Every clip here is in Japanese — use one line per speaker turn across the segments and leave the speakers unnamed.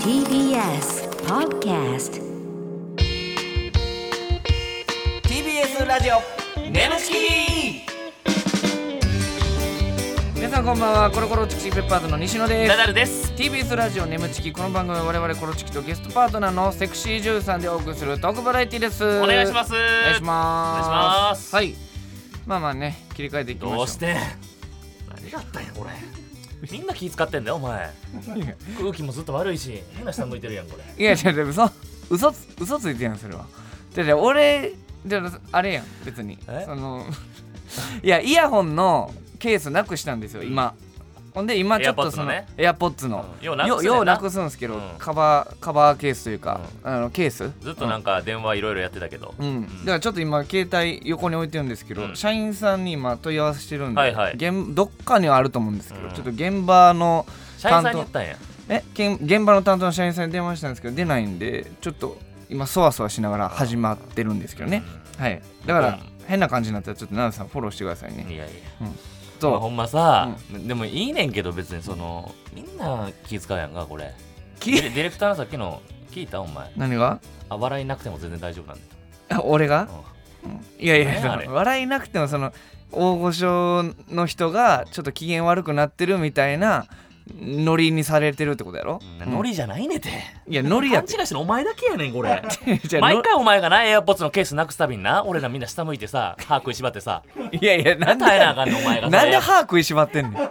TBS Podcast
TBS ラジオネムチキ
皆さんこんばんはコロコロチキチキペッパーズの西野で
ナ
す
ダルです。
TBS ラジオネムチキこの番組は我々コロチキとゲストパートナーのセクシー女優さんでお送りするトークバラエティです
お願いします。
お願い
お願いし
します
ます
はいまあまあね切り替えていきましょう
どうして何があったんやこれ。みんな気使ってんだよお前。空気もずっと悪いし変な下向いてるやんこれ。
いやいやいや嘘嘘つ嘘ついてやんそれはじゃじゃ俺じゃあれやん別に
え
その いやイヤホンのケースなくしたんですよ今ほんで今ちょっとそ
AirPods の
の
ね
エアポッツの
うんようなくすねんな
よようなくすんですけ
う
ど、
ん
カバーカバーケースというか、あのケース
ずっとなんか電話いろいろやってたけど。
うん、だからちょっと今携帯横に置いてるんですけど、
うん
社員さんに今問い合わせしてるんで、
はいはい
現どっかにはあると思うんですけど、
うん
ちょっと現場の
社員
担
さんに
当
言ったんや。
えけん現場の担当の社員さんに電話したんですけど出ないんでちょっと今そわそわしながら始まってるんですけどね、はいだか
う
ら
ん
変な感じになったらちょっと奈良さんフォローしてくださいね
いやいや。まあほ
と
んまさ、でもいいねんけど別にそのみんな気使うやんかこれ。ディレ
き
ディレクターのさっきの聞いたお前。
何が
あ笑いなくても全然大丈夫なんだよ。
あ俺が
うん
いや い
ね
や
あれ
その笑いなくてもその大御所の人がちょっと機嫌悪くなってるみたいなノリにされてるってことやろ、うん
ノリじゃないねて。
いやノリやっ
勘
て
違いしてるお前だけやねんこ れ。
じゃあ
毎
の
回お前がな、エアポッツのケースなくすたびにな、俺らみんな下向いてさ、歯食いしばってさ、
いやいやなんで
耐えなあかんの、お前が。
なんで
それ
歯食いしばってんねん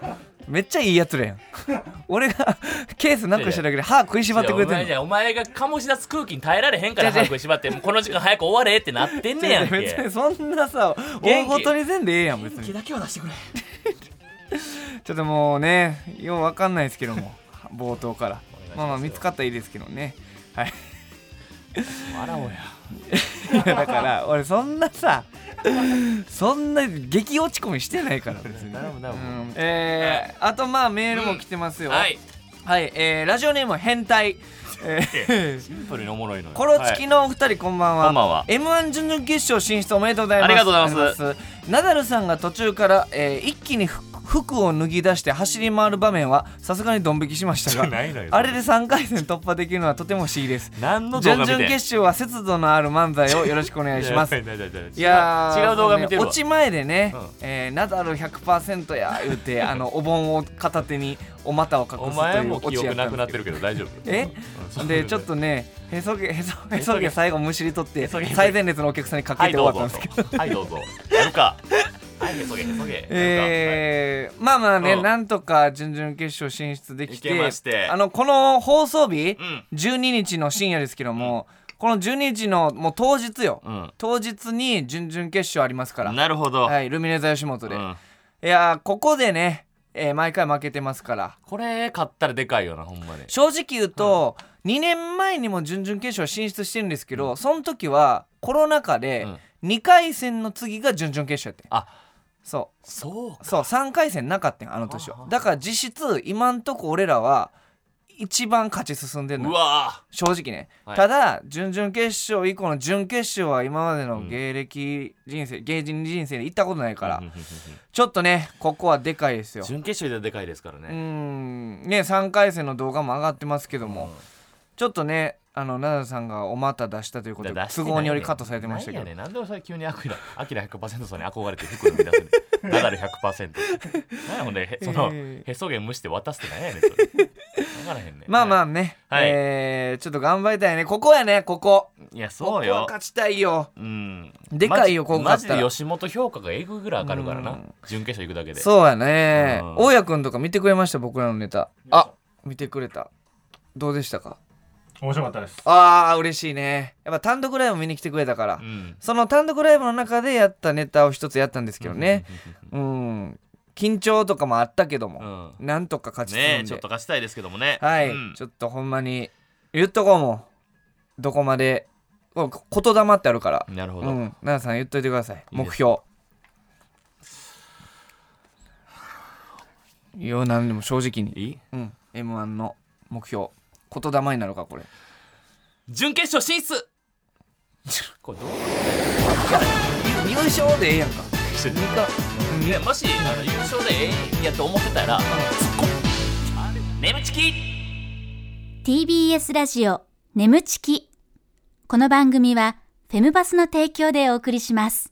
めっちゃいいやつらやん 俺がケースなくしただけで歯食いしばってくれてん
いやお前じ
ねん
ゃお前が醸し出す空気に耐えられへんから
じゃ
歯
あ
食いしばって、もうこの時間早く終われってなってんねやん
別
け。
にそんなさ大ごとにせんでええやん別に
だけは出してくれ。
ちょっともうねようわかんないですけども冒頭から
お願いします
まあまあ見つかったらいいですけどねはい
笑おうや。
いやだから俺そんなさそんな激落ち込みしてないから別に
頼む頼む
うんえーあとまあメールも来てますよ、
はい。
はい、えーラジオネーム変態、えー
シンプルにおもろいのよ。
コロチキ
はい
のお二人こんばんは、
こんばんは
M1 準々決勝進出おめでとうございます
ありがとうございます
ありがとうございますナダルさんが途中から、えー一気に服服を脱ぎ出して走り回る場面はさすがにドン引きしましたが
ないのよ
あれで3回戦突破できるのはとても不思議です
何の動
準
画見
々
てん
決勝は節度のある漫才をよろしくお願い します
ややや
いやー
違う動画見てる
もう
わ。
ね落ち前でね、
うん
えーナダル100%や言うてあのお盆を片手にお股を隠すという
お前も記
オチや
憶
たん
な
で
くなってる
すけど
けど大丈夫。
え
うんそう
でちょっとねへそ げへそへそげ最後むしり取って
そげ
最前列のお客さんにかけて終わったんですけど、
ど。はい、どうぞ。やる か。はい、へそげ、へそげ。
えー、まあまあね、
うん
なんとか準々決勝進出でき
いけ
て
まして
あのこの放送日、
うん
12日の深夜ですけども、この12日のもう当日よ、
うん
当日に準々決勝ありますから、
なるほど。
はい、ルミネ座吉本で、
う
い
ん
やーここでね、えー毎回負けてますから
これ買ったらでかいよな、ほんまに。
正直言うと、2年前にも準々決勝進出してるんですけど、その時はコロナ禍で2回戦の次が準々決勝やってん
あ、
そ
そう
うそう3回戦なかったんあの年
あ
は
あ
だから実質今んとこ俺らは一番勝ち進んでん
う
のよ
わ
正直ね、
はい
ただ準々決勝以降の準決勝は今までの芸歴人生、芸人人生で行ったことないか、
から
ちょっとねここはでかいですよ
準決勝ででかいですから
う
ね。
んね3回戦の動画も上がってますけど
う
も、
ん
ちょっとねあの奈良さんがお股出したということで
だ
都合によりカットされてましたけど、
なんやねんなんで俺それ急にアキラ、アキラ100%さんに憧れて服脱ぎ出すねん。 ナダル100%。なんやほんで、へその、
え
へそげ蒸して渡すってなんやねん、それ。わからへんねん。
まあまあ
あ。
ね、
はい
えーちょっと頑張りたいねここやねここ
いや、
ここ
そう
は
よ。
勝ちたいよ
うん
でかいよここ
マ
勝っ
ジ
たら
で吉本評価がえぐぐらい上がるから
う
なん準決勝行くだけで
そうやね
うん
大家くんとか見てくれました僕らのネタあ見てくれたどうでしたか
面白かったです。
あー嬉しいねやっぱ単独ライブ見に来てくれたから、
うん
その単独ライブの中でやったネタを一つやったんですけどねうん緊張とかもあったけど
う
も、
ん
なんとか勝ち進んで、
ねえちょっと勝ちたいですけどもね
はい、
うん
ちょっとほんまに言っとこうもんどこまでこ言霊ってあるから
なるほ
う
ど
ん奈良さん言っといてください
いいです
目標いや何でも正直に
いい
うん m 1の目標言霊になるかこれ
準決勝進出これどう
優勝でええやんか
してるねもしあの優勝でええんやと思ってたらツッコむネムチキ
TBS ラジオ眠ちきこの番組はフェムバスの提供でお送りします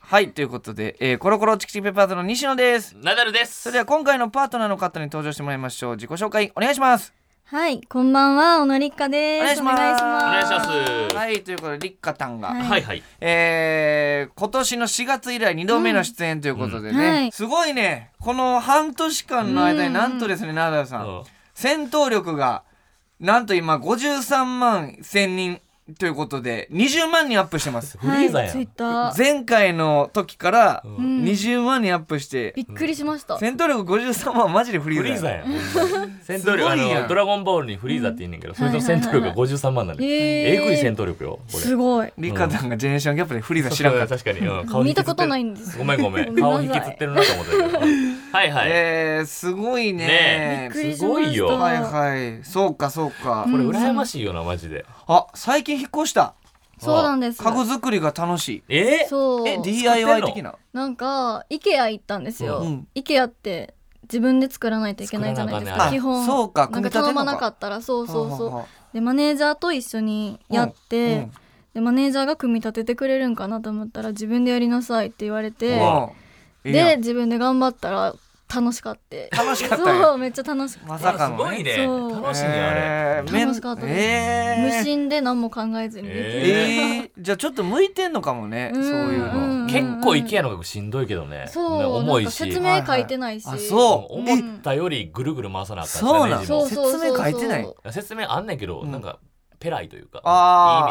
はいということで、えーコロコロチキチキペッパーズの西野です
ナダルです
それでは今回のパートナーの方に登場してもらいましょう自己紹介お願いします
はい、こんばんは、小野立花です。
お願いします
お願いしますは
はいということでりっかたんが、
はい
いはい、
えー今年の4月以来2度目の出演ということでね、
うんはい
すごいねこの半年間の間になんとですねナダルさん、
うん
戦闘力がなんと今53万1000人ということで20万人アップしてます
フリーザ
はい、
や
ツ
ん、
イッター。
前回の時から
うん
20万人アップして
びっくりしました。
戦闘力53万マジでフリ
フ
ーザ
リー
ー
ザ
や
やん戦闘
すご
力あ
いやん
のドラゴンボールにフリーザって言うねんけど、それと戦闘力が53万なんで、
へー
えぐい戦闘力よこれ
すごい。
リカタンがジェネレーションギャップでフリーザー知らんかった
そう確かに、うん、顔
見
引き
た
つっ
こ
て
と
る
ないんです。
ごめんごめん
ご
顔
めん
引き
なさい
つってるなと思ったけどはいはい、
えー、すごいね
ね
びっくりしました。
すごいよ
はいはいそうかそうか、
これ羨ましいよなマジで
あ最近引っ越した
そうなんです。
家具作りが楽しい
えー、
そう。
え
作ってん
DIY
の
的な
なんか、イケア行ったんですよ。
うん
イケアって、自分で作らないといけないじゃないです
作らなあか
か。
んね
基本。
そうか
な
組
ん
み立
か
て
頼
るの
ま
か
なかったら、そうそう
はあ
そ
はあ
う。で、マネージャーと一緒にやって、
うん
でマネージャーが組み立ててくれるんかなと思ったら自分でやりなさいって言われて、
はあうんいい
で
やん
自分で頑張ったら楽しかって
楽しかった
そ
よ
うめっちゃ楽しくて、
まさか
す
の
ごいね
そう
楽しいねあれ、
えーめん
楽しかったです
えー
無心で何も考えずにできる、
えー、じゃあちょっと向いてんのかもね、
うん
そういう
うんう
の。
ん
結構 IKEA の方がしんどいけどね
そう
ね重い
なんか
し
説明書いてないし、
はいはいあ
うん
そう
思ったよりぐるぐる回さなあかんし
そうな
ね
ん
字も
そうそうそうそう
説明書いてない
説明あんねんけど、
うん
なんかペライというか
あ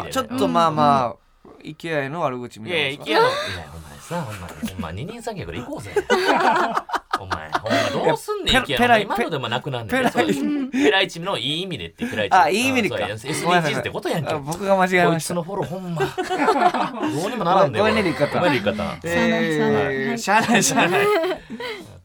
い
あ、
い意味
ちょ
で
っ
ね
とまあまあ、IKEA への悪口み
い
た
やいや
いな。
IKEA のいやお前さほんまほんま二人三脚で行こうぜお前ほんまどうすんねん
ペ
IKEA
ペライ
今のでもなくなんねん
ペライ
そういうペライチのいい意味でってペライチ
あいい意味でか
そうや SDGs ってことやんけ
あ僕が間違え
こ
ま
い
し
つ
た。
のフォローほ んまどうにもならんね
ごめんね立方
ごめんね立方
えー、しゃあないしゃあない。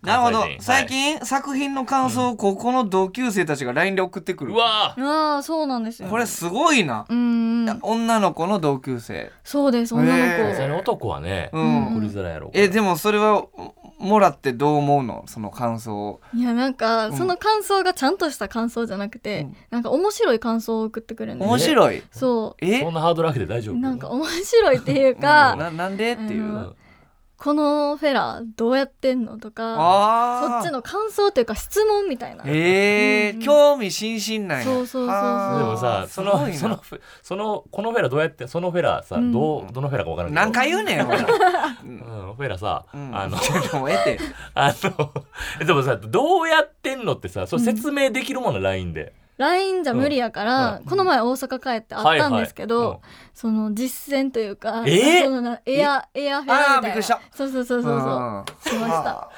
なるほど
関西。人
最
はい
近、作品の感想をここの同級生たちが LINE で送ってくる
う。わー
ああそうなんですよ
これすごいな。
うんうん
女の子の同級生。
そうです女の子、
えー
女性の男はね
う
うん
ん。
送りづらいやろ
え、でもそれはもらってどう思うのその感想を。
いやなんか
ん
その感想がちゃんとした感想じゃなくて、
うん
なんか面白い感想を送ってくるんです
面白い。
そ
え
そんなハードル上げて大丈
う
夫
なんか面白いっていうか、。
ななんでっていううん
このフェラどうやってんのとか
あ
そ
あ。
っちの感想というか質問みたいな
ええ
うんうん
興味津々なんや。
そうそうそうそう
はあ
でもさそ
すごい
の
な
そのフェそのこのフェラどうやってそのフェラさ
うん
どうどのフェラかわからんけど
何回言うねん、ほら。
うんフェラさ
うん
あの
ちょっともうええ って。
あのでもさどうやってんのってさそれ説明できるもの LINE で
LINE じゃ無理やか
う
ら、
ん
この前大阪帰って会ったんですけど、
はいはい
その実践というか、
えー
そのなエアエアフェラみたい
あー
な
びっくりした
そうそうそうそうそうしました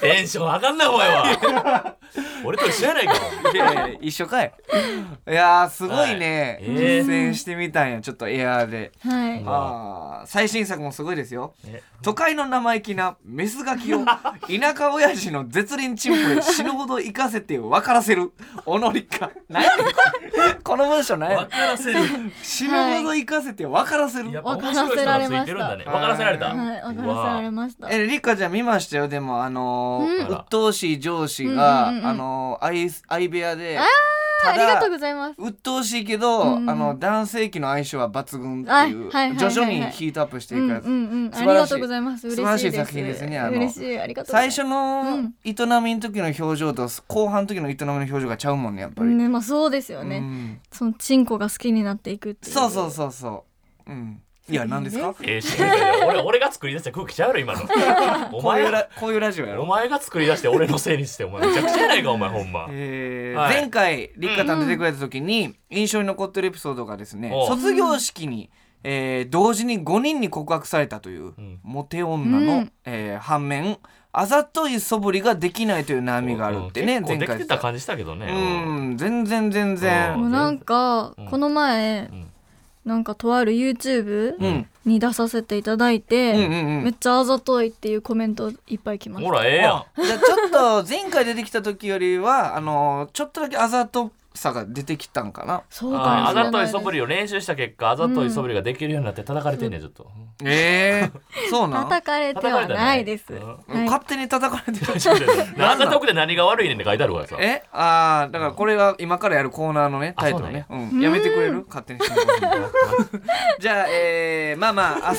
テンション上がんなお前は 俺と一緒やないかお
うんいやいや一緒かい。いやー、すごい
は
ね。
いええ
実践してみたんや、ちょっとエアーで。
はい、
ま
あー最新作もすごいですよ
え
都会の生意気なメスガ キを田舎親父の絶倫チンプで死ぬほど生かせて分からせるおのりか 何やねんこれこの文章何
前
や
分
ねん
からせる
死ぬほど生かせて分からせる、
やっぱ面白い人がついてるんだね分からせられた
はい、分からせられました
えりかちゃん見ましたよでもあのー
うん
鬱陶しい上司が、
うんうんうんうん
あのー相相部屋で
あ
た
りがとう
だ
ございます
鬱陶しいけど、
うんうん
あの男性器の相性は抜群って
はい
いう、
はいはいはいは
徐
い
々にヒートアップして
う
いく
ん
やつ、
うんうん、
素
あ
晴
り
らしい
がとうございます
素晴ら
嬉
し
し
い
いです
作品ですねあの
嬉しいありがとうござい
最
ます
初の
うん
営みの時の表情と後半の時の営みの表情がちゃうもんねやっぱり、
ねまあそうですよ
う
ね、
ん
そのチンコが好きになっていくっていう
そうそうそうそううんいや何ですか
えーし俺俺が作り出した空気ちゃうやろ今 のお
こう
前
いう
が
ラこういうラジオや
お
ろ、
前が作り出して俺のせいにしてお前めちゃくちゃやないかお前ほんま
えー
はい
前回りっかたん出てくれた時に印象に残ってるエピソードがですね、
お
卒業式に、えー同時に5人に告白されたという、
うん
モテ女の、
うん
えー反面あざとい素振りができないという悩みがあるってね、
うん
前
結構
回
できてた感じしたけどね
うん全然全
う
然
もうなんか、
うん
この前、
うん
なんかとある YouTube
うん
に出させていただいて、
うんうんう
め
ん
っちゃあざといっていうコメントいっぱい来まし
ほ
た
らええやん
あじゃあちょっと前回出てきた時よりはあのちょっとだけあざとさが出てきたんか な
そうかもしれ
あ
な
あ
いです
ざとい素振りを練習した結果あざとい素振りができるようになって叩かれてんねんちょっと
ええそうなん
叩かれて
叩か
は
れたら
ないです。
はい
勝手に叩かれてる
あざとくて何が悪いねんって書いてあるからさ
えああだからこれが今からやるコーナーのね
あ
タイトルねうんやめてくれる勝手 にしてもらうじゃあえーまあまああ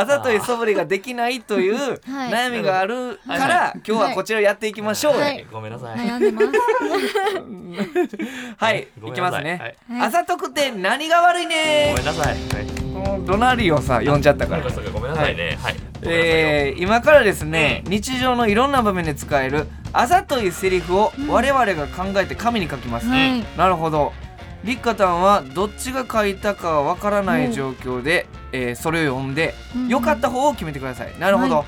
あざとい素振りができないという
はい
悩みがあるか
はいは
ら今日はこちらをやっていきましょうよ
は
はいい
ごめんなさい
悩ん でます。
はい
ご
い
め
き
んな
ます
さい
ね
はい
あざとくて何が悪い
はいご
ね
めんなさいはい
もう怒鳴りをさ呼んじゃったか
なん
ら
かそうかごめんなさいねはいごめんなさいよ
えー今からですね、日常のいろんな場面で使えるあざといセリフを我々が考えて紙に書きます、
はい
なるほどりっかたんはどっちが書いたかわからない状況で、えーそれを読んで、
うん
よかった方を決めてくださいなるほど、
は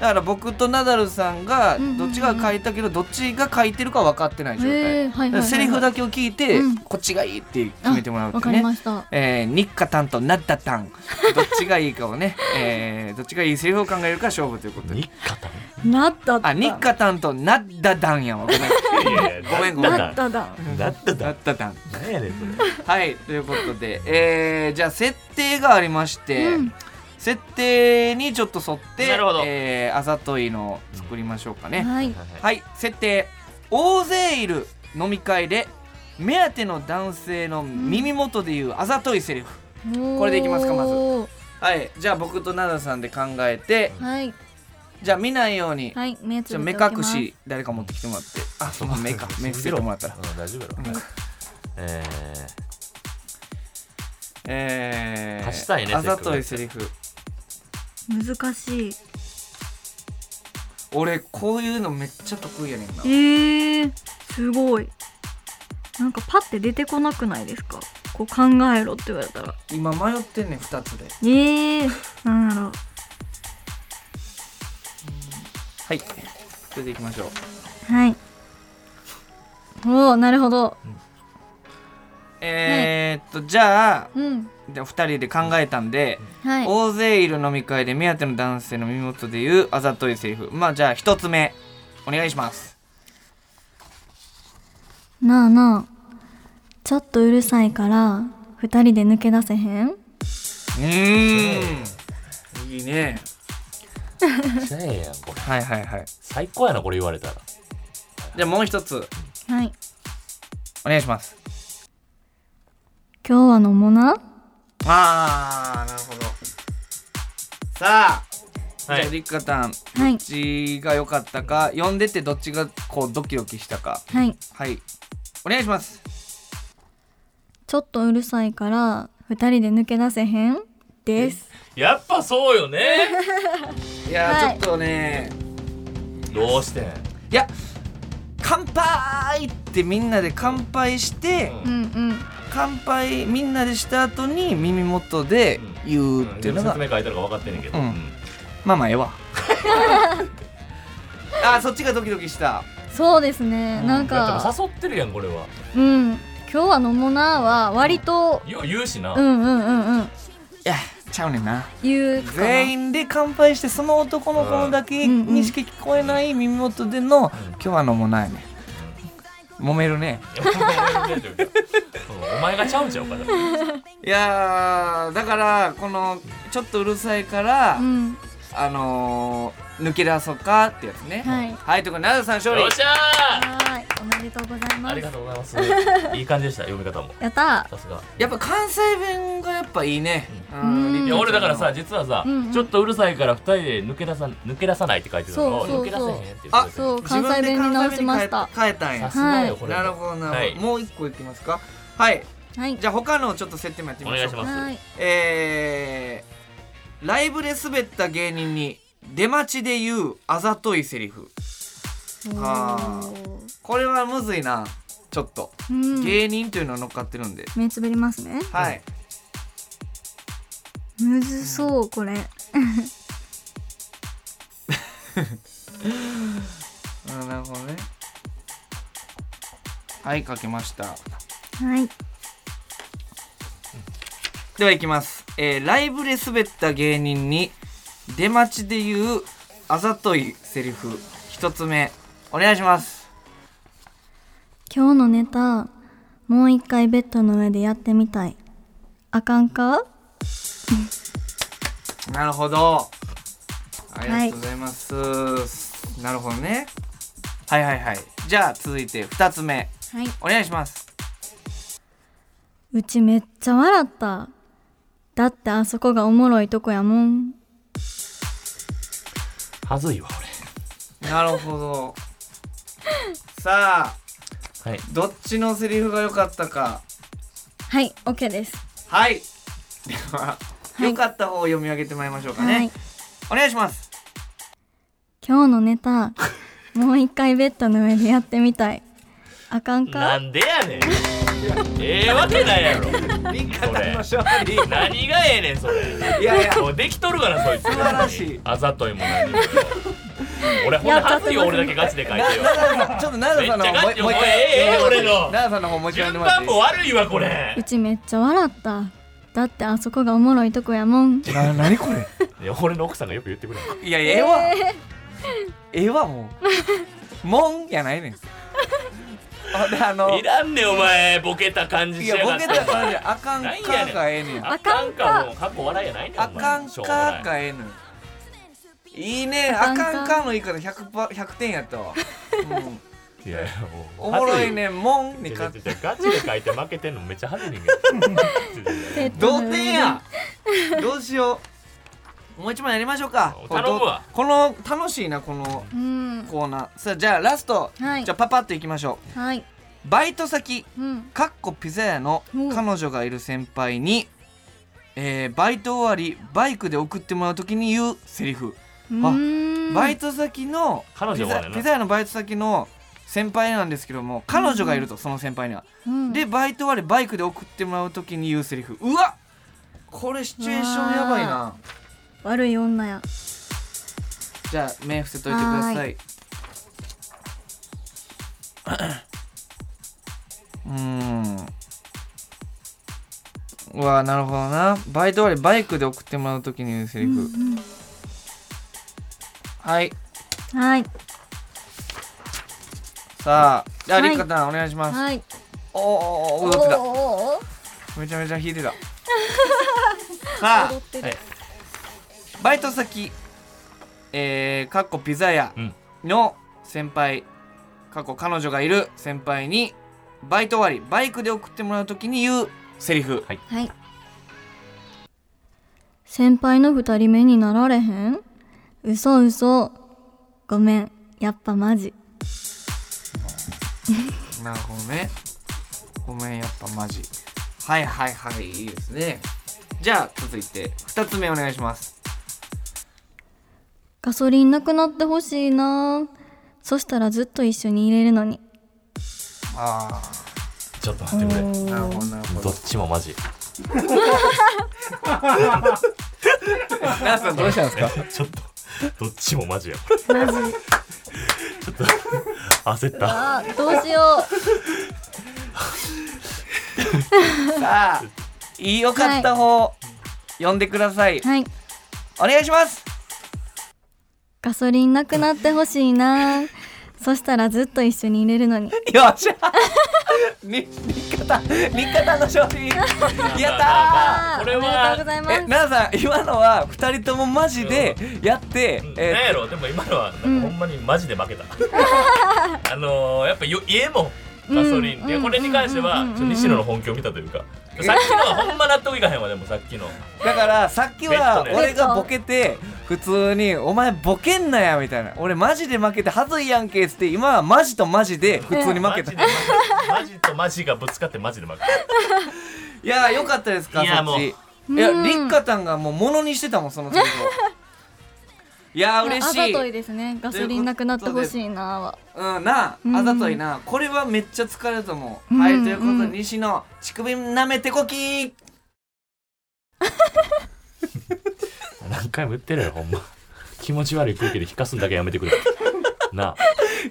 だから僕とナダルさんが
うんうんうん
どっちが書いたけどどっちが書いてるか分かってない状態、
へーはいはいはい
だからセリフだけを聞いて、
うん
こっちがいいって決めてもらうっていう
わかり
ね
ました
えー、ニッカタンとナッタタンどっちがいいかをね、 えー、どっちがいいセリフを考えるか勝負ということで
日課だ
なったった
あニッカタンとナッダダンやわ ごめん
いやいや
ごめんごめん
なっただ
だった
ナ
だ
ッダダン
何やねんそれ
はいということで、えー、じゃあ設定がありまして、
うん
設定にちょっと沿って
なるほど
えーあざといのを作りましょうかね、
はい
はい設定大勢いる飲み会で目当ての男性の耳元で言うあざといセリフ、これでいきますかまず
おー
はいじゃあ僕とナダルさんで考えて
はい
じゃあ見ないように、
はい目つ
じゃあ
ぶ
目
っておき
隠
ます
し誰か持ってきてもらってあそう目か目つけてもらったら
うん大丈夫やろえ
えー、
貸したいね
あざといセリフ
難しい
俺こういうのめっちゃ得意やねんな
えー、すごいなんかパって出てこなくないですかこう考えろって言われたら
今迷ってんねん2つで
えー、なんだろう
はいそれでいきましょう
はいおおなるほど
えー、っとじゃあ
うん
じゃあ2人で考えたんで、
はい。
大勢いる飲み会で目当ての男性の耳元で言うあざといセリフまあじゃあ1つ目お願いします
なあなあちょっとうるさいから二人で抜け出せへん
うーんいいね
ーしないやんこれ
はいはいはい
最高やなこれ言われたら
じゃあもう一つ
はい
お願いします
今日は飲もうな
あーなるほどさあ、
はい
じゃありっかたんど
はい
っちが良かったか読んでてどっちがこうドキドキしたか
はい
はいお願いします
ちょっとうるさいから二人で抜け出せへんです
やっぱそうよね
いやー、
はい
ちょっとね
どうしてん
いや乾杯ってみんなで乾杯して、
うん
うんうん
乾杯みんなでした後に耳元で言うっていうのが、
説明書いてるか分かってんねんけど
うん
うん
まあまあえ えわ あーそっちがドキドキした
そうですね、なん
だ
か
って誘ってるやんこれは
うん今日は飲もうなは割と
よう言うしな
う んうんうんうん
いやちゃうねんな
言うかな
全員で乾杯してその男の子だけにしか聞こえない耳元での「今日は飲もないね」揉めるね
お前がちゃうんちゃうかだから
いやーだからこのちょっとうるさいから、
うん
あのー抜け出そうかってやつね
はい
はいということで奈良さん勝利
よっしゃ
はーいおめでとうござい
ー
ま
あ
す
りがとうございますいい感じでした読み方も
やった
さすが
やっぱ関西弁がやっぱいいね、
うん
りっ
い
ちゃん
や
の
俺だからさ実はさ、
うんうん
ちょっとうるさいから二人で抜け出さ抜け出さないって書いてたのを
そうそう
抜け出せへんって言って
あ
くれて
そう関西弁に直しました
自分で関
さ
西弁に変え変え
すがよこれ
たんやなるほどなるほど、
はい
もう一個いきますかはい
はい
じゃあ他のちょっと設定もやってみましょう
お願いします
はい
えー、ライブで滑った芸人に出待ちで言うあざといセリフはー
おー
これはむずいなちょっと、
うん
芸人というのは乗っかってるんで
目つぶりますね
はい、
むずそうこれ
うん、なるほどねはい書けました
はい
ではいきます、えーライブで滑った芸人に出待ちで言うあざといセリフ一つ目お願いします
今日のネタもう一回ベッドの上でやってみたいあかんか
なるほどありがとうございます、なるほどねはいはいはいじゃあ続いて二つ目
はいう
お願いします
うちめっちゃ笑っただってあそこがおもろいとこやもん
はずいわ
なるほ どさあ
俺はい
どっちのセリフが良かったか
はい OK です
はいでは
はい
良かった方を読み上げてまいりましょうかね、
はい
お願いします
今日のネタもう一回ベッドの上でやってみたいあかん
な
か
んでやねんええわけないやろ
言い
方の
勝利
何がええねんそれ
いやいや
もうできとるがなそいつ
素晴らしい
あざといも何も俺ほんではずいよ俺だけガチで書いてよ
ちょっと奈
め
良
っ
さんの
ちゃ
方も
ガ
う
チ
一
お
もう
前
一回
ええええ俺の
奈良さんの方もう一回読
順
んでもらって
番
いい
も悪いわこれ
うちめっちゃ笑っただってあそこがおもろいとこやもん
な何これ
いや俺の奥さんがよく言ってくれる
いやええわええわもう もんやないねんあであの
いらんねんお前ボケた感じ
い
しや
や
が
ボ
って
ケた感じあかんか
なんやねん
がええねん
あかんかもうかっこ笑いやないねん
あかん
お前しょうもな
か
い
かええのよいいねあか
あか
ん
ん
かの言い方 100, パ100点やったわ、うん
いやいやもう
おもろいねんもんに
恥ずいちょち
か
ょちょガチで書いて負けてんのめっちゃ恥ずいねんけどちょちょちょ
同点やどうしようもう一枚やりましょうか
頼むわ
このこの楽しいなこの
うん
コーナーさあじゃあラスト、
はい
じゃあパパッといきましょ
はい、
うバイト先
うん、
かっこピザ屋の彼女がいる先輩に、えーバイト終わりバイクで送ってもらうときに言うセリフあバイト先の
彼
ピ
女は
ザ
ね
ピザ屋のバイト先の先輩なんですけども彼女がいると、その先輩には、
うん
でバイト終わりバイクで送ってもらう時に言うセリフうわこれシチュエーションやばいな
悪い女や
じゃあ目伏せといてくだ
は
さ
ー
いうーんうわなるほどなバイト終わりバイクで送ってもらう時に言うセリフ、はい
はい
さあじゃあ
はい
りっかたんお願いします、
はい
おーおーおー踊ってためちゃめちゃ弾いて たさあ
はい
バイト先えー、かっこピザ屋
うん
の先輩かっこ彼女がいる先輩にバイト終わりバイクで送ってもらうときに言う セリフ、
はい
はい先輩の二人目になられへん嘘嘘ごめんやっぱマジ
なるほどねごめんやっぱマジはいはいはいいいですねじゃあ続いて2つ目お願いします
ガソリンなくなってほしいなそしたらずっと一緒にいれるのに
あ
ちょっと待ってくれ
あなるほどなるほ
どっちもマジ
どどうしたんですか
ちょっとどっちもマジやこれちょっと焦った
あどうしよ
さあ言いよかった方、呼んでくださいう
はい
お願いします
ガソリンなくなってほしいなそしたらずっと一緒にいれるのに
よっしゃ に、日方、日方の勝 利やったー
これ
おめでとうご
は
ざいま
え、
す
奈々さん、今のは二人ともマジでやって、
うんなん
え
やろでも今のはなんかほんまにマジで 負けたあのーやっぱよ家もガソリンで
うん
これに関しては
うん
ちょっと西野の本気を見たというかさっきのはほんま納得いかへんわでもさっきの
ーだからさっきは
ベッドね
俺がボケて普通に「お前ボケんなや」みたいな「俺マジで負けてはずいやんけ」っつって今はマジとマジで普通に負けた
マジ
い
でマジとマジがぶつかってマジで負けた
やーよかったですか
いや
そっ
もう
ちいや
うん
りっかたんがもうものにしてたもんその 程度いやー嬉し
あ
い
ざといですねガソリンなくなってほしいなは
うんなあ
うん
あざといなこれはめっちゃ疲れると思う、
うん
はいということで
うん
西野乳首舐めてこきー
何回も言ってるよほんま気持ち悪い空気で引かすんだけやめてくれなあ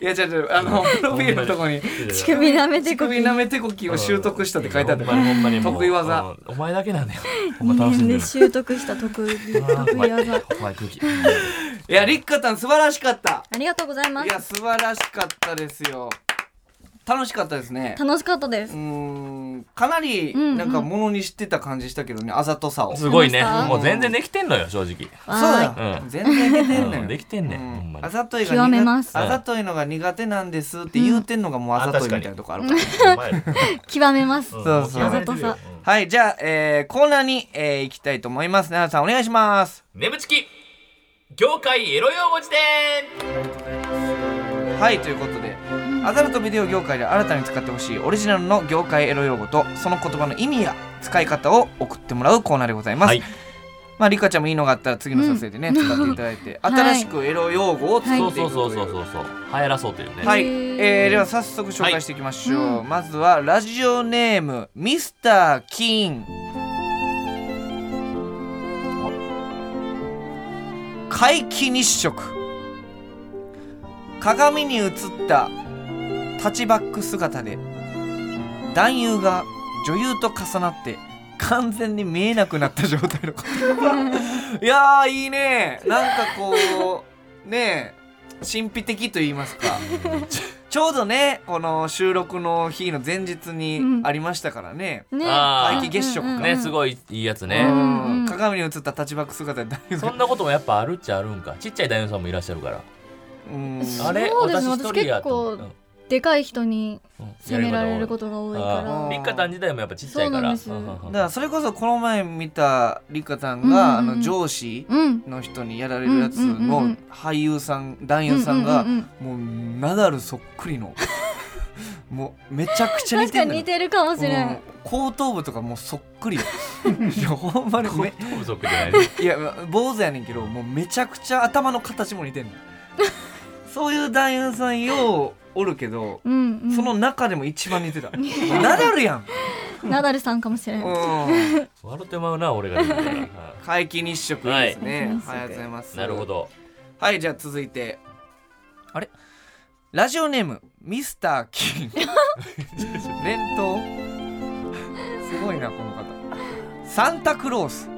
いや、じゃじゃあの、プロフィールのとこに、
乳首舐めて
乳
こ
首舐め手こきを習得したって書いてあった
ほんまにほんまにもう
得意技。
うんお前だけなんだよほんま
2
楽しんで
年で
る
習得した得意
あー
得意技
お前空気
いや、りっかたん素晴らしかった。
ありがとうございま
い
す
や、素晴らしかったですよ。楽しかったですね。
楽しかったで
う
す
ーん、かなり、
んうん
なんか、ものにしてた感じしたけどね、あざとさを。そ
すごいね
楽しかった
もう全然できてんのよ正 直
うだ
は
よ
い。うん
全然できてん
う
ね
んできてんねんほんまに
あざといが
極め
苦
ま
手
す
あざといのが苦手なんですって言うてんのがもうあざといみたいなとこあるから。
お前
極めます
うん
そうそう
もやめてるよ
あざと
うん
はい、じゃあ、えー、コーナーに、えー、行きたいと思います。奈々さん、お願いします。
眠ちき業界エロ用語辞典
はい、ということで、アダルトビデオ業界で新たに使ってほしいオリジナルの業界エロ用語と、その言葉の意味や使い方を送ってもらうコーナーでございます。
はい
まあ、リカちゃんもいいのがあったら次の撮影でね、使っていただいて、
はい
新しくエロ用語を作
そ
っ
う
てい
そう
く
そうそ
とい
うそう
う。
そう流行らそうというね
はい、
へ
え
ー
ー、では早速紹介していきましょう、
は
まずはラジオネームミスター・キーン皆既日食鏡に映ったタッチバック姿で男優が女優と重なって完全に見えなくなった状態のこといやーいいねなんかこうねえ神秘的と言いますかちょうどねこの収録の日の前日にありましたからね、
ね
あー
皆既月食か
ねすごいいいやつ
う
ね
ん
うんうん
鏡に映ったタッチバック姿で男優
そ
が
んなこともやっぱあるっちゃあるんかちっちゃい男優さんもいらっしゃるから
うん
あれ
そうです
私一
ね
人やと
私結構でかい人に
うん
責められることとが多いか
あ
立花自体もやっぱちっちゃいから
そううん
う
なんん
う
だ
ん
からそれこそこの前見たりかたん
うん
が、
うんうん
あの上司
らうん
の人にやられるやつ
うんうんう
の
ん
俳優さん男優さんが
ううううん
もうナダルそっくりの もうめちゃくちゃ似
確
て
か
る
に似てるかもしれない
後頭部とかもうそっくりよ いやほんまにめ
不足じゃないです
いや坊主やねんけどもうめちゃくちゃ頭の形も似てんの そういう男優さんようおるけど
うんうん
その中でも一番似てたナダルやん
ナダルさんかもしれない
うん
笑ってまうな俺が出てたらはい
皆既日食いいですね、
はい
ありがとうございます
なるほど
はいじゃあ続いてあれラジオネームミスター・ キン連投すごいなこの方サンタクロース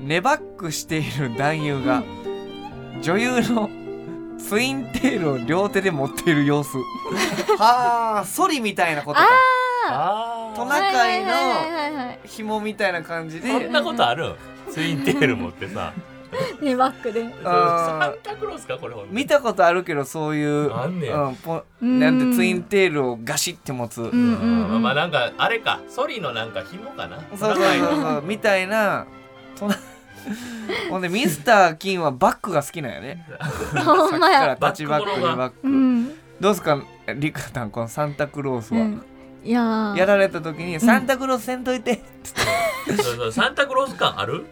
ネバックしている男優が女優のツインテールを両手で持っている様 子はあソリみたいなことか
あ
ト
あ
ナカイの
はいはいはいはいはい
紐みたいな感じで
そんなことあるツインテール持ってさ
ねバックで
サンタクロースかこれほんと
見たことあるけどそういう
あんねや
うん、ポ
うん
なんてツインテールをガシって持つ、
うん
う
うんうん
んまあなんかあれかソリのなんか紐かな
そうそう
トナカイ
そうそうみたいな となほんでミスター・キンはバックが好きなんやね
ほん
さ
ま
っ
や
きから立ちバックに
バック
バック、
うん
どうすかリカタンこのサンタクロース
う
は、
んいやー
やられた時に「サンタクロースせんといて」
そうそうサンタクロース感ある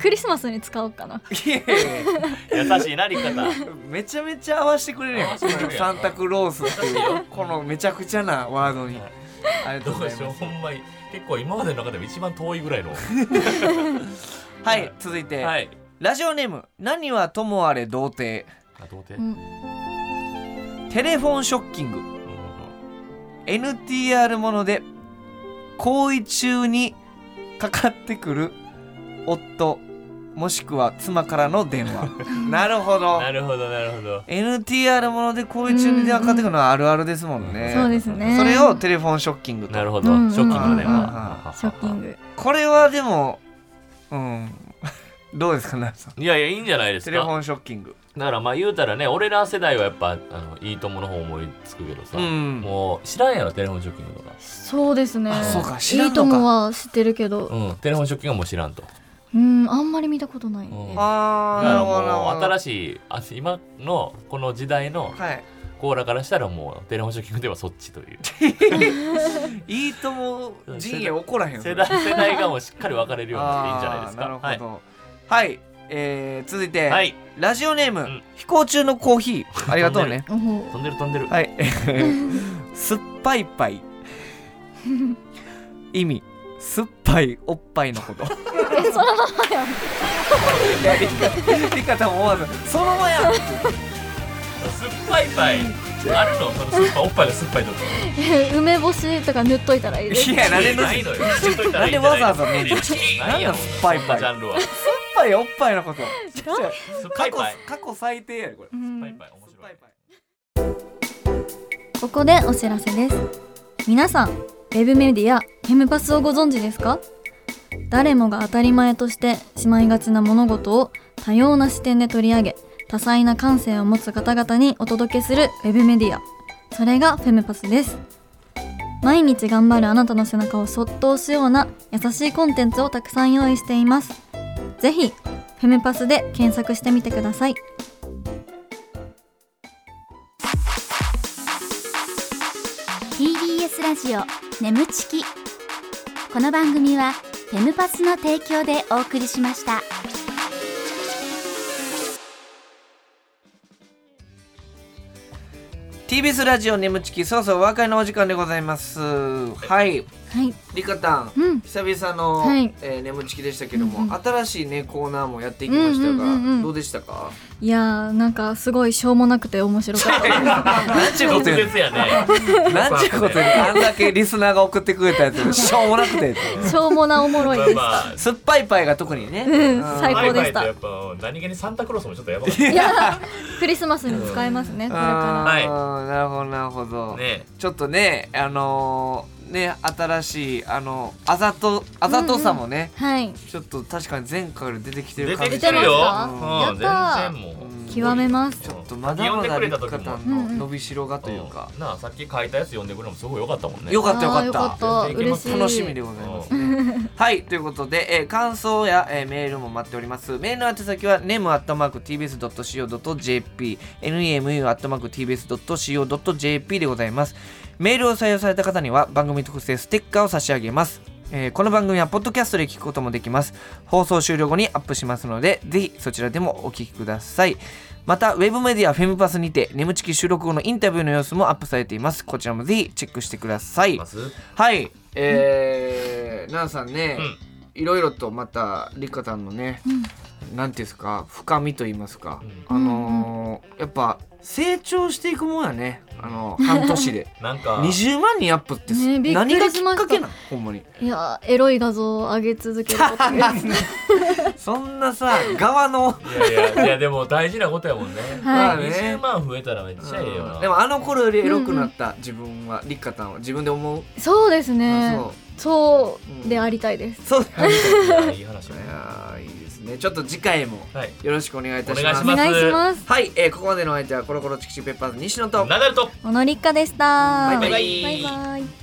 クリスマスに使おうかな
いやいやいや
優しいなり方
めちゃめちゃ合わせてくれるやん
合わせてくれるやん
サンタクロースっていうこのめちゃくちゃなワードに
はい
ありがとう
どう
ご
で
ざい
しょう
ま
ほ
す
んまに結構今までの中でも一番遠いぐらいの
はい続いて、
はい
ラジオネーム「何はともあれ童貞
あどうて
うん
テレフォンショッキング」NTR もので行為中にかかってくる夫もしくは妻からの電話なるほど
なるほどなるほど
NTR もので行為中に電話かかってくるのはあるあるですもんね、
そうですね
それをテレフォンショッキング
なる
と
ほど
うんうん
ショッキングの電
うんうん
話
ショッキング
これはでもうんどうですか奈良さん
いやいやいいんじゃないです
テレフォ
か
ンショッキング
だからまあ言うたらね俺ら世代はやっぱあのいいともの方思いつくけどさ
うん
もう知らんやろテレフォンショッキングとか
そうですね
あそうか知ら
い
ん
い
の
と
か
もは知ってるけど
うんテレフォンショッキングはもう知らんと
うんあんまり見たことない
うん
です
あ
だか
あな
ら
る
も
ほどなるほ
う
ど
新しいあ今のこの時代の
はい
コーラからしたらもうテレフォンショッキングではそっちと いう
いいとも陣営怒らへん
世代世代がもうしっかり分かれるようになっていいんじゃないです
あー
か
なるほどはい、えー続いて、
はい
ラジオネーム、
ん
飛行中のコーヒ ーありがとうね
おほ
飛んでる飛んでる
はい酸っぱい パイ意味酸っぱいおっぱいのこと
え そのままやん
いやりかりかたも思わずそのままやん
酸っぱいパイあるのその酸っぱいおっぱいが酸っぱいとか
梅干しとか塗っといたらいいです
いやなんで
ないのよ知っといた
な
らい
ん
いじ
で
ゃな
わ
い
ざわざね
なんや
なんな
もん
ん酸っぱいパイ
そんなジャンルは酸
おっぱいおっぱいのこと
っぱ
過
い
去
パイ
過去最低やでこれ
う
酸っぱい
ん
パイ面白い
ここでお知らせです皆さんウェブメディアフェムパスをご存知ですか誰もが当たり前としてしまいがちな物事を多様な視点で取り上げ多彩な感性を持つ方々にお届けするウェブメディアそれがフェムパスです毎日頑張るあなたの背中をそっと押すような優しいコンテンツをたくさん用意していますぜひフェムパスで検索してみてください
ー TBS ラジオ眠ちきこの番組はフェムパスの提供でお送りしました。
TBS ラジオ眠ちきそろそろお別れのお時間でございますはい
はい
リカタン
うん
久々の、
はい
えー眠ちきでしたけども、新しいねコーナーもやっていき
うんうん
ましたが、
うんうん
どうでしたか
いやーなんかすごいしょうもなくて面白かった
なんちゅうこと
毒
言う
舌やね
なんちゅうこと言うあんだけリスナーが送ってくれたやつしょうもなくて
しょうもなおもろいです、
まあ
酸っぱいパイが特にね、
うん最
バイ
高
バイっ
でし
て
た
やっぱ何気にサンタクロースもちょっとやばかった
いやクリスマスに使えますねこれ
あ
か
ーなるほどなるほど、
ね
ちょっとねあのーね新しいあのあざとあざとさもね、
らはい
ちょっと確かに前回より出てきてる
出
感
てき
じ
てるよ
出てます
う
か
ん
やった
全然もう
極めます
ちょっとまだまだリカタンの伸びしろがというか
うん、なあさっき書いたやつ読んでくれるのもすごい良かったもんね
よかったよ
あ
か
ー
っ
よ
た
かった
全然いけま
嬉
す
しい
楽しみでございますね。はいということで、えー感想や、えーメールも待っております。メールの宛先は nemu.tbs.co.jp nemu.tbs.co.jp でございます。メールを採用された方には番組特製ステッカーを差し上げます。えーこの番組はポッドキャストで聞くこともできます。放送終了後にアップしますので、ぜひそちらでもお聞きください。また、ウェブメディアフェムパスにて、ネムチキ収録後のインタビューの様子もアップされています。こちらもぜひチェックしてください。
ます
はい、えー、なさんね、
うん
いろいろとまたりかさんのね、なんていうんですか深みと言いますか、
う
あのーやっぱ成長していくもんやねあの半年 で
なんか
20万人アップってす、
ねびっく
何が
り
き
し
っ
ました
かけなのほんまに
いやーエロい画像を上げ 続けることです
そんなさ側の
いやいやいやでも大事なことやもんね
まあ
20
ね
万増えたらめっちゃええよ
う
なん
でもあの頃よりエロくなった自分は、りっかたんは自分で思う、
そうですね
そ
そううでありたいです、
うそうだよね
いやいい話
い
やね
やーいいですねちょっと次回も
はい
よろしくお願いいたし
お願い
ま
し
す
ま
お願いします
はい、えー、ここまでのお相手はコロコロチキチキペッパーズ西野と
ナダルと
小野立花でした
バイバイ
バイバイ